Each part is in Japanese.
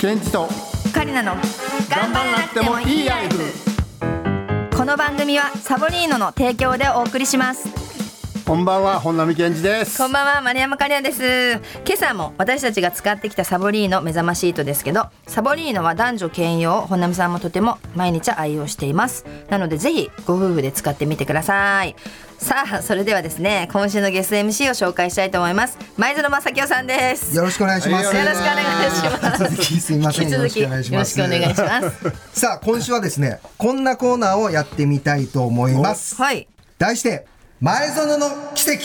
ケンチとカリナの頑張らなくてもいいライフこの番組はサボリーノの提供でお送りしますこんばんは本並健二ですこんばんは丸山カリナです今朝も私たちが使ってきたサボリーノ目覚ましいとですけどサボリーノは男女兼用本並さんもとても毎日愛用していますなのでぜひご夫婦で使ってみてくださいさあそれではですね今週のゲスト MC を紹介したいと思います前園正樹さんですよろしくお願いします。よろしくお願いします引き続きすみませ引ん。きよ続ろしきくよお願いしろましす。くお願いしますさあ、今週はですね、こんなコーナーをやってみたいと思います。はい題して、前園の奇跡。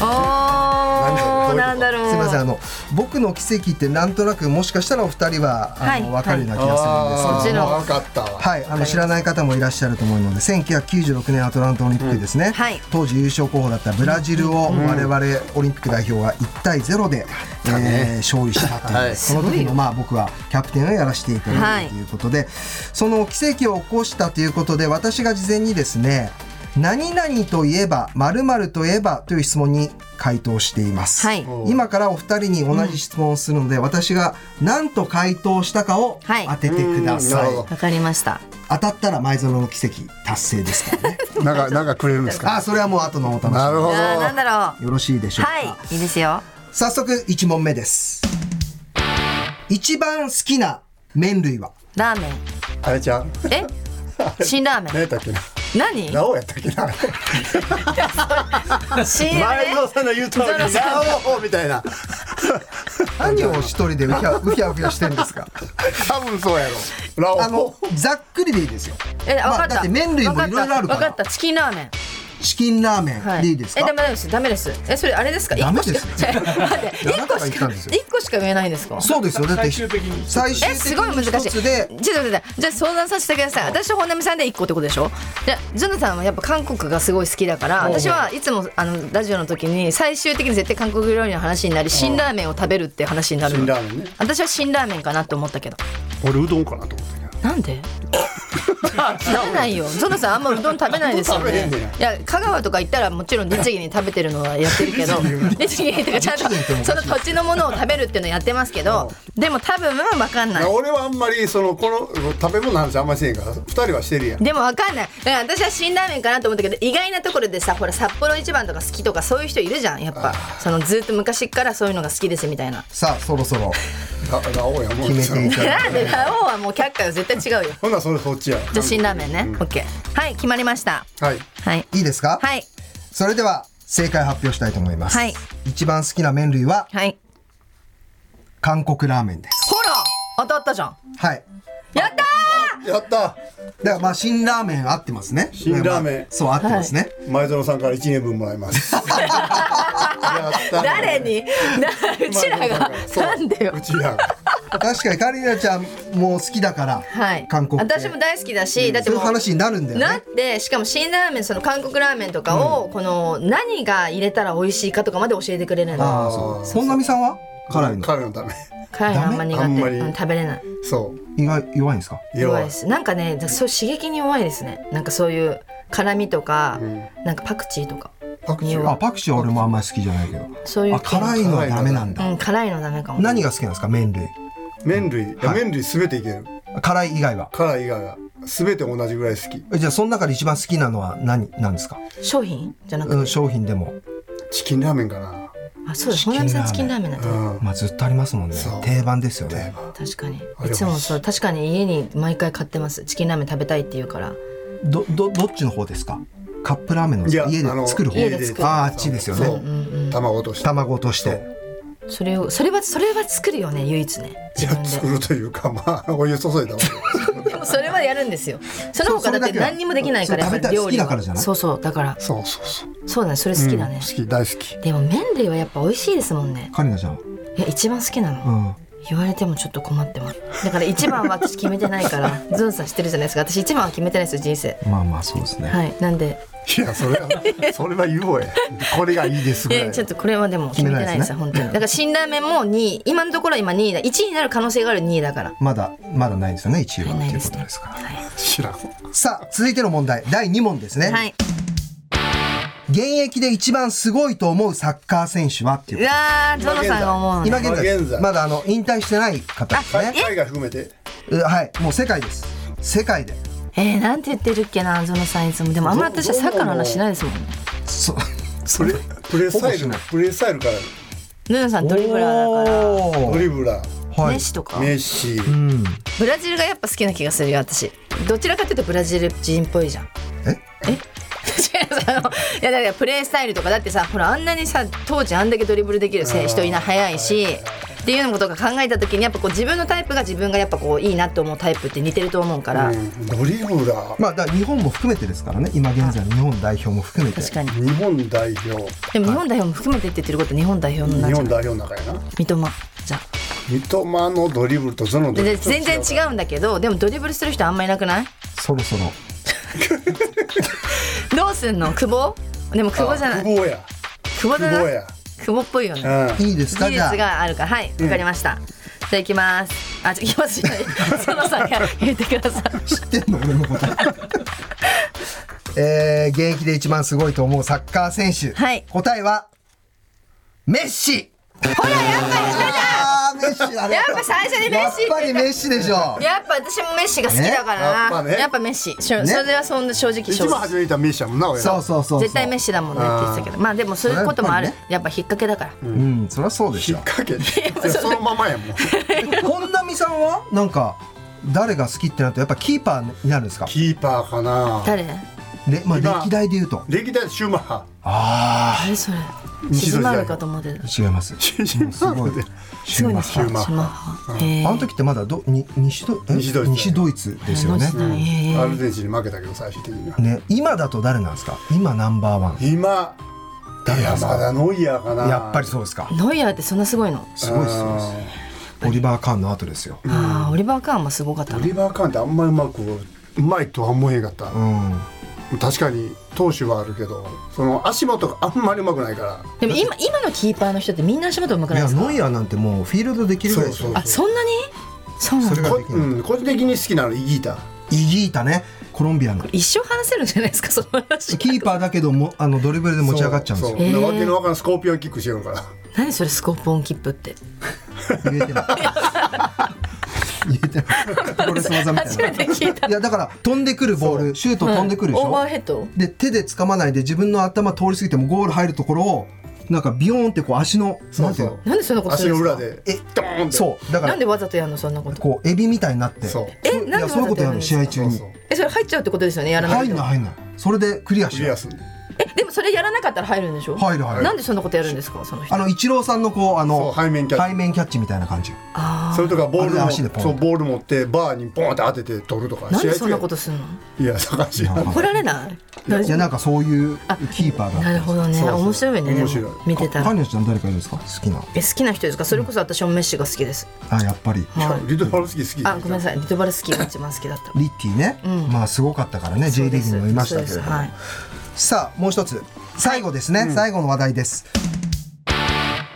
おーななんんだだろろううすみません、あの、僕の奇跡ってなんとなく、もしかしたらお二人は、あはの、いわかるような気がするんですけどもちろん分かったわはい、あの知らない方もいらっしゃると思うので1996年アトランタオリンピックですね、はい当時優勝候補だったブラジルを我々オリンピック代表が1対0で、えー勝利したという、はいその時のまあ僕はキャプテンをやらせていただいたということで、その奇跡を起こしたということで私が事前にですね何々といえば〇〇といえばという質問に回答しています、はい今からお二人に同じ質問をするので、私が何と回答したかをはい当ててくだうさんないるほどわかりました当たったら前園の奇跡達成ですからねなんかなんかくれるんですか あそれはもう後のお楽しみなるほあどーなんだろうよろしいでしょうか、はい、いいですよ。早速一問目です一番好きな麺類はラーメン。あれちゃんえ、辛ラーメ何やったっけなン。何？ラオやったっけな辛ラーメ前ン。園さんの言う通りラオみたいな何を一人でうひゃうひゃうひゃしてるんですか多分そうやろラオ あのざっくりでいいですよえ、わかまっあた。だって麺類もいろいろあるからわかった。チキンラーメン。チキンラーメはンい。でいいですか、え、ダメです。ダメです。え、それあれですか？ダメ一個しか。ちょ 待って、いや一あな個たがし言ったかんですよ一個しか言えないんですか？そうですよだって最終的にえ、すごい難しい。ちょっと一待つっでて、ちょっと待ってじゃあ相談させてください。私と本並さんで一個ってことでしょ？じゃあジョナさんはやっぱ韓国がすごい好きだから、私はいつもあのラジオの時に最終的に絶対韓国料理の話になり、辛ラーメンを食べるって話になる。辛ラーメンね私は辛ラーメンかなと思ったけど。俺うどんかなと思ったけどなんで食べないよゾノさんあんまうどん食べないですようどねん食べへんねいや香川とか行ったらもちろん律儀に食べてるのはやってるけど律儀にとかちゃんとその土地のものを食べるっていうのやってますけどでも多分は分かんない俺はあんまりそのこの食べ物の話あんまりせえへんから二人はしてるやんでも分かんないだから私は辛ラーメンかなと思ったけど意外なところでさほら札幌一番とか好きとかそういう人いるじゃんやっぱそのずっと昔からそういうのが好きですみたいなさあそろそろララオやもん決めていただいてなんでラオウはもう却下よ絶対違うよほんならそれそっちやじゃあ辛ラーメンね OK はい決まりましたはいはいいいですかはいそれでは正解発表したいと思います、はい一番好きな麺類ははい韓国ラーメンですほら当たったじゃんはいやったやっただからまあ辛ラーメン合ってますね辛ラーメンまあそう合ってますね、前園さんから一年分もらいますやったー誰にな うちらがそうなんでようちらが確かにカリナちゃんも好きだから、はい韓国って私も大好きだしだってそういもうう話になるんだよなっねてしかも辛ラーメンその韓国ラーメンとかをこの何が入れたら美味しいかとかまで教えてくれるあのあそう本並さんは辛いの彼のため彼らあんま苦ダメ手あんまりうん食べれないそう意外弱いんですか弱いですなんかねだそう刺激に弱いですねなんかそういう辛みとかなんかパクチーとかパクチーあパクチーは俺もあんまり好きじゃないけどそういうあ辛いのはダメなんだ、うん辛いのダメかも何が好きなんですか麺類麺類いやはい麺類すべていける辛い以外は辛い以外がすべて同じぐらい好きえじゃあその中で一番好きなのは何なんですか、商品じゃなうくん、て商品でもチキンラーメンかなあそうだ本並さんチキンラーメンだったうんまあずっとありますもんねそう定番ですよね確かにあれいつもそう確かに家に毎回買ってますチキンラーメン食べたいって言うからどどどっちの方ですかカップラーメンのいや家であの作る方家で作るあーあっちですよねそう卵として卵としそてうそれをそれはそれは作るよね唯一ねい自分や作るというかまあお湯注いだもんででもそれはやるんですよそのそ他それだっだてけは何にもできないからそうやっぱり料理は食べたい好きだからじゃないそうそうだからそうそうそうそうだねそれ好きだうんね好、き大好きでも麺類はやっぱ美味しいですもんねカリナちゃんいや一番好きなの、うん言われてもちょっと困ってますだから一番は私決めてないから ズンさん知ってるじゃないですか私一番は決めてないですよ人生まあまあそうですね、はいなんでいやそれ はそれは言おうやこれがいいですぐいらやいちょっとこれはでも決めてないです決めないですよ本当ねにだから辛ラーメンも2位今のところ今2位だ1位になる可能性がある2位だからまだまだないですよね一位はとないいうでこすねとですから知らんさあ続いての問題第2問ですね、はい現役で一番すごいと思うサッカー選手はっていううわー、ゾノさんが思う今の。現在今現在まだあの引退してない方です海ね海外含めてうはいもう世界です世界でえー、なんて言ってるっけな、ゾノさんいつも。でもあんま私はサッカーの話しないですもんね。そう それプレースタイルほぼしないプレースタイルからヌノさんドリブラーだかドおリブラーら、はメいッシとかー。メッシうんブラジルがやっぱ好きな気がするよ、私。どちらかというとブラジル人っぽいじゃん。 え違うあのいやだからプレースタイルとかだってさほらあんなにさ当時あんだけドリブルできるせ人いな早いしっていうのことが考えた時にやっぱこう自分のタイプが自分がやっぱこういいなと思うタイプって似てると思うから、うんドリブラーまあだから日本も含めてですからね今現在の日本代表も含めて確かに日本代表でも日本代表も含めてって言ってること日本代表の日中本三代表の中やな笘じゃあ三笘のドリブルとゾノのドリブでル全然違うんだけどでもドリブルする人あんまいなくないそろそろどうすんの久保でも久保じゃなあい久保や久保だ久保なや久保っぽいよねうんいいですか技じゃ術あがあるからはいわかりました、じゃあ行きますあちょ行きますじゃない そのさんが言ってください知ってんの俺のことえー、現役で一番すごいと思うサッカー選手、はい答えはメッシほらやっぱりメッシだねやっぱ最初にメッシやっぱりメッシでしょやっぱ私もメッシが好きだからな、ねやっぱねやっぱメッシ、しょねそれはそんな正直一正番直初めに見たメッシやもんな俺らそうそうそうそう絶対メッシだもんねって言ってたけどまあでもそういうこともあるそれはやっぱやっぱ引っ掛けだから、うんそりゃそうでし引っょ掛けてそのままやもん本並さんはなんか誰が好きってなるとやっぱキーパーになるんですかキーパーかな誰れ、まあ、今歴代で言うと歴代シューマーあ誰それ西シドイズツ代表マールかと思ってたあ違いますシュ すーマごいーってすごいんですかシューマーシューマーへーあの時ってまだどに西ドえ西ドイツ西ドイツですよねあ。の時代へーアルゼンチンに負けたけど最終的にはね今だと誰なんですか。今ナンバーワン。今誰なんですか山田ノイヤーかなやっぱりそうですか。ノイアーってそんなすごいのすごいですごいです。オリバーカーンの後ですよ。ああオリバー・カーンもすごかったオのリバー・カーンってあんまりうまくうまいとは思えへんかったうん。確かに投手はあるけどその足元があんまりうまくないからでも今今のキーパーの人ってみんな足元うまくいないやですかノイアーなんてもうフィールドできるぐらいですそうよそ。あそんなにそうなそれんだがこできない。うん個人的に好きなのイギータイギータねコロンビアの一生話せるんじゃないですかその 話キーパーだけどもあのドリブルで持ち上がっちゃうんですそよ。へそーわけのわからんスコーピオンキックしてるから何それスコープオンキップって言えてない。言えてない。プロレス技みたい初め て聞いた な。いやだから飛んでくるボールシュート飛んでくるでしょ。オーバーヘッドで手で掴まないで自分の頭通り過ぎてもゴール入るところをなんかビヨーンってこう足のそなうんていそううのなんでそんなことす足るんのですか裏でドーンってそうだかならんでわざとやんのそんなことこうエビみたいになってそうえそういなんでやそういうことやるの試合中そうにそうえそれ入っちゃうってことですよねやらない入んとない入んないそれでクリアしクリよアうするえでもそれやらなかったら入るんでしょ入る入るなんでそんなことやるんですかその人あのイチローさんのこうあそのう背面キャッチ背面キャッチみたいな感じあそれとかボールあれも足でポンそうボール持ってバーにポンって当てて取るとかーなんでそんな試合中ことするのいや高橋いや怒られない大い丈夫やなんかそういうキーパーながるほどねそうそう面白いねでも面白い見てたらカニちゃん誰かいるんですか好きなえ好きな人ですかそれこそ私もメッシが好きですあやっぱりはいリトバルスキー好きあごめんなさいリトバルスキーが一番好きだったリッティねうんまあすごかったからね J リーグにもいましたけれそうどですもはいさあもう一つ最後ですね、最後の話題です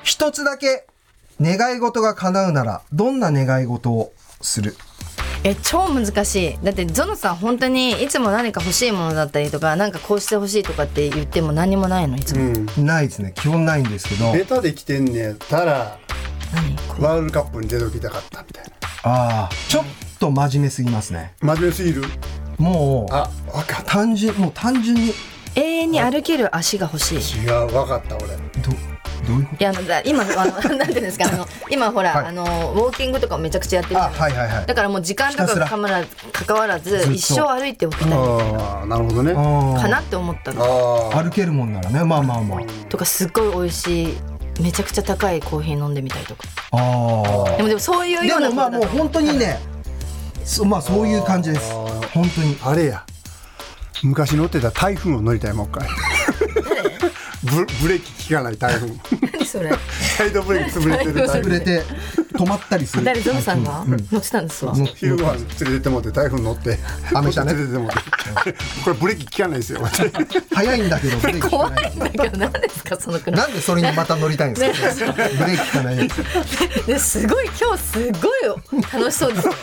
一つだけ願い事が叶うならどんな願い事をするえ超難しいだってゾノさん本当にいつも何か欲しいものだったりとかなんかこうして欲しいとかって言っても何もないのいつも、うんないですね基本ないんですけどベタで来てんねやったら何こワールドカップに出ときたかったみたいああちょっと真面目すぎますねな真面目すぎるもうあ分かっ単純もう単純にう永遠に歩ける足が欲しいいた違う分かった俺どどういうこやあのだ今あの なんていうんですかあの今ほら、はいあのウォーキングとかめちゃくちゃやってるとじゃあないはいはいはいだからもう時間とひたすからかまら関わらずっずと一生歩いておきたいああなるほどねかなあって思ったのあああ歩けるもんならねまあまあまあとかすっごい美味しいめちゃくちゃ高いコーヒー飲んでみたいとかああでもでもそういうでようなもことまだあともう本当にねそまあそういう感じですあー本当にあれや昔乗ってた台風を乗りたいもう一回ブブレーキ効かない台 風何それサイドブレーキ潰れてる台潰風れて止まったりする誰ゾノさんが乗ってたんですわの昼ご飯連れてってもって台風乗って雨来たね連れてってもってこれブレーキ効かないですよ早いんだけどブレーキ効怖かないいんだけど何ですかその車なんでそれにまた乗りたいんですかブレーキ効かないやつですごい今日すごい楽しそうですね。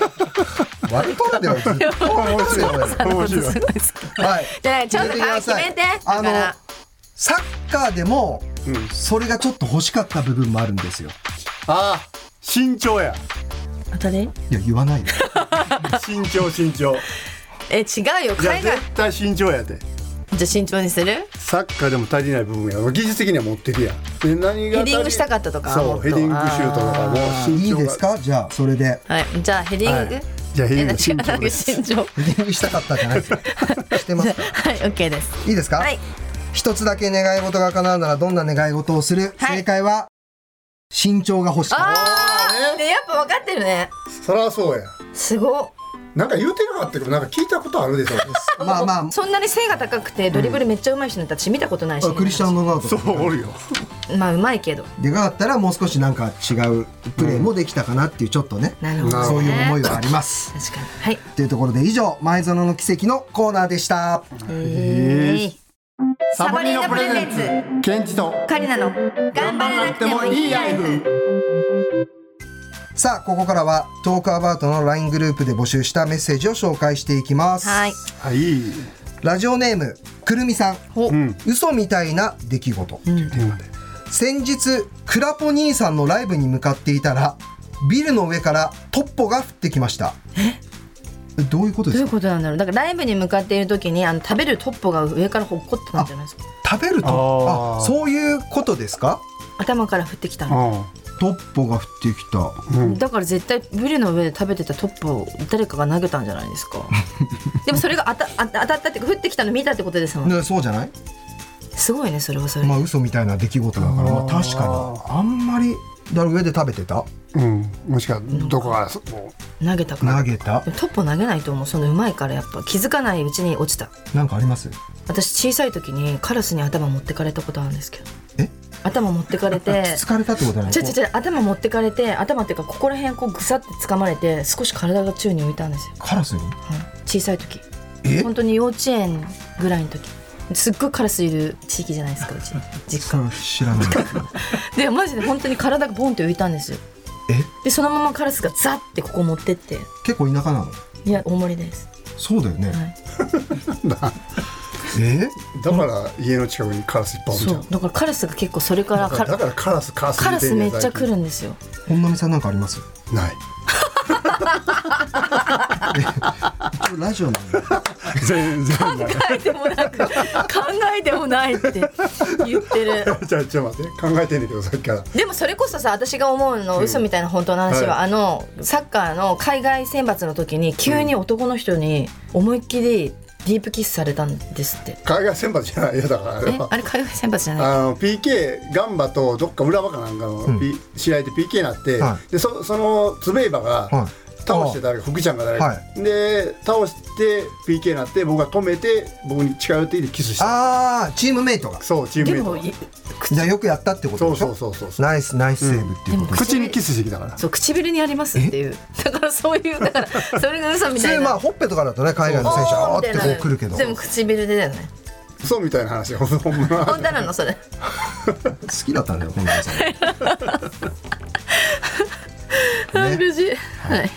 割り込んではずっと面白い面白いすごい好き。はいじゃあちょっと入れてくださいはい決めてあのだからサッカーでもうんそれがちょっと欲しかった部分もあるんですよああ身長やまたねいや言わないで身長身長え違うよいや海外じゃ絶対身長やであ慎重にするサッカーでも足りない部分やろ技術的には持ってるやんで何がヘ足りディングしたかったとかもっそうとヘディングシュートとかもうい身い長がですかじゃあそれではいじゃあヘディング、はいじゃあヘディングえ身違う長です慎重ヘディングしたかったじゃないですよしてますか はい OK ですいいですか、はい一つだけ願い事が叶うならどんな願い事をする、はい正解は身長が欲しかっああーでやっぱ分かってるねそらそうやすごっなんか言うてなかったけどなんか聞いたことあるでしょたまあまあそんなに背が高くてドリブルめっちゃ上手い人になったち見たことないし、クリスチャン・ロナウ ドそうおるよまあ上手いけどでかかったらもう少しなんか違うプレーもできたかなっていうちょっとね、なるほど、ね、そういう思い確はあります。かにはいというところで以上前園の奇跡のコーナーでした。えーサボリーナプレゼンツケンチとカリナの頑張らなくてもいいライフさあここからはトークアバウトの LINE グループで募集したメッセージを紹介していきます。はいあいいラジオネームくるみさん。お、うん嘘みたいな出来事。テーマで先日クラポ兄さんのライブに向かっていたらビルの上からトッポが降ってきました。えどういうことどういですうか。ことなんだろうだからライブに向かっている時にあの食べるトッポが上からほっこってたんじゃないですか食べるとあーあそういうことですか。頭から降ってきたのあトッポが降ってきた。だから絶対ビルの上で食べてたトッポを誰かが投げたんじゃないですかでもそれが当たあ当たったっていうか降ってきたの見たってことですもんねそうじゃない。すごいねそれはそれでまあ嘘みたいな出来事だから、まあ、確かにあんまりだから上で食べてたうんもしくはどこからそも投げたから投げたでもトッポ投げないと思うそのうまいからやっぱ気づかないうちに落ちたなんかあります私小さい時にカラスに頭持ってかれたことあるんですけどえ頭持ってかれて疲れたってことないちょちょちょ頭持ってかれて頭っていうかここら辺こうぐさって掴まれて少し体が宙に浮いたんですよ、カラスにはい小さい時え本当に幼稚園ぐらいの時すっごいカラスいる地域じゃないですかう ち実そ家れは知 らないでマジで本当に体がボンって浮いたんですよえでそのままカラスがザッてここ持ってって結構田舎なのいや大盛りです、そうだよね、はい、えだから家の近くにカラスいっぱいおるじそゃんうだからカラスが結構それからだかからだからカラスカラスカラスめっちゃ来来るんですよ本並さんなんかありますない これラジオなのに全然 ない考えてもなく考えてもないって言ってるじゃあちょっと待って考えてんねんけどさっきからでもそれこそさ私が思うの嘘みたいな本当の話は、はあのサッカーの海外選抜の時に急に男の人に思いっきりディープキスされたんですって、海外選抜じゃないよだからあれえはあれ海外選抜じゃないあの PK ガンバとどっか浦和かなんかの、ん P- 試合で PK になって、はでそそのズベイバが、はい倒して誰か福ちゃんが誰か、はで倒して PK になって僕が止めて僕に近寄っていってキスしたあーチームメイトがそうチームでメイトもがいじゃあよくやったってこそとでうしょそうそうそうナイスナイスセーブっていうこと、うん口にキスしてきたからそう唇にありますっていうだからそういうだからそれが嘘み普た通いまあな。ほっぺとかだとね海外の選手はあおーーみってたいなこう来るけど全部好唇でだよねそうみたいな話ほんほんまの話本当なのそれきだったんだよ本並さんね嬉しい、はい、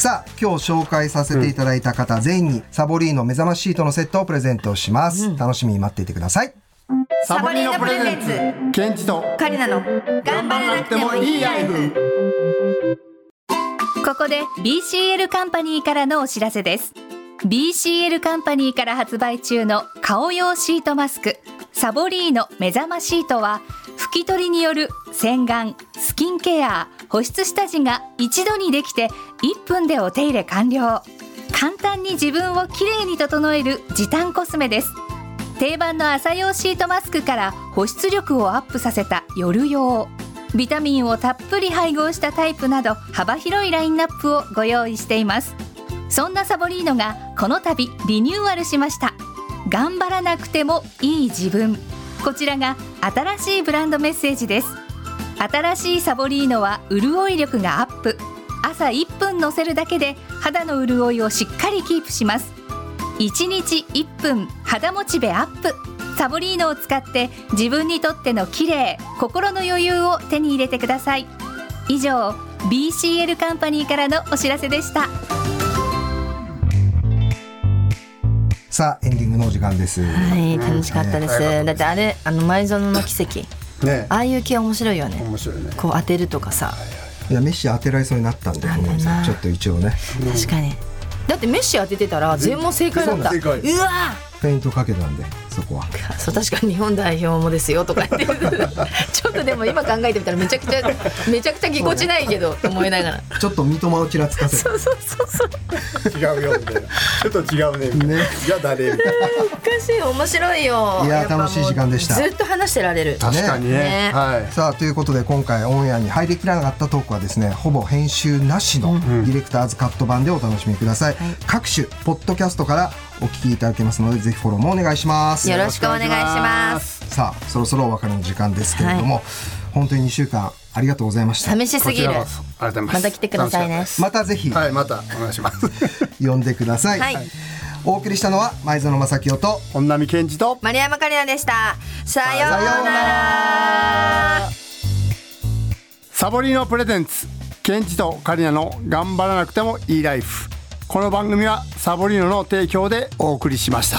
さあ今日紹介させていただいた方、全員にサボリーノ目覚ましシートのセットをプレゼントします、楽しみに待っていてくださいサボリーノプレゼンツケンチとカリナの頑張らなくてもいいライフここで BCL カンパニーからのお知らせです BCL カンパニーから発売中の顔用シートマスクサボリーノ目覚まシートは拭き取りによる洗顔スキンケア保湿下地が一度にできて1分でお手入れ完了簡単に自分をきれいに整える時短コスメです定番の朝用シートマスクから保湿力をアップさせた夜用ビタミンをたっぷり配合したタイプなど幅広いラインナップをご用意していますそんなサボリーノがこの度リニューアルしました頑張らなくてもいい自分こちらが新しいブランドメッセージです新しいサボリーノは潤い力がアップ朝1分のせるだけで肌の潤いをしっかりキープします1日1分肌モチベアップサボリーノを使って自分にとっての綺麗心の余裕を手に入れてください以上 BCL カンパニーからのお知らせでしたさあエンディングムのお時間です。はい楽しかったです、だってあれあの前園の奇跡ねああいう系面白いよね面白いねこう当てるとかさいやメッシ当てられそうになったんで、ごめんなさいちょっと一応ね確かにだってメッシ当ててたら全問正解だった全問正解うわペイントかけたんでそこは。ーそう確かに日本代表もですよとか言って ちょっとでも今考えてみたらめちゃくちゃめちゃくちゃぎこちないけどと思いながらちょっと三笘をちらつかせて。そうそうそうそう違うよみたいなちょっと違うねみたいな、ねいや誰みたいなおかしい面白いよいやっぱもう楽しい時間でしたずっと話してられる確かにねねはいさあということで今回オンエアに入りきらなかったトークはですねほぼ編集なしのディレクターズカット版でお楽しみください、各種ポッドキャストからお聞きいただけますのでぜひフォローもお願いしますよろしくお願いしますさあそろそろお別れの時間ですけれども、本当に2週間ありがとうございました寂しすぎるこちらこそありがとうございますまた来てくださいね楽しかまたぜひったですはいまたお願いします 呼んでください、はいお送りしたのは前園正清と本並健二と丸山桂里奈でしたさようさようなならサボリーノプレゼンツケンジとカリナの頑張らなくてもいいライフこの番組はサボリーノの提供でお送りしました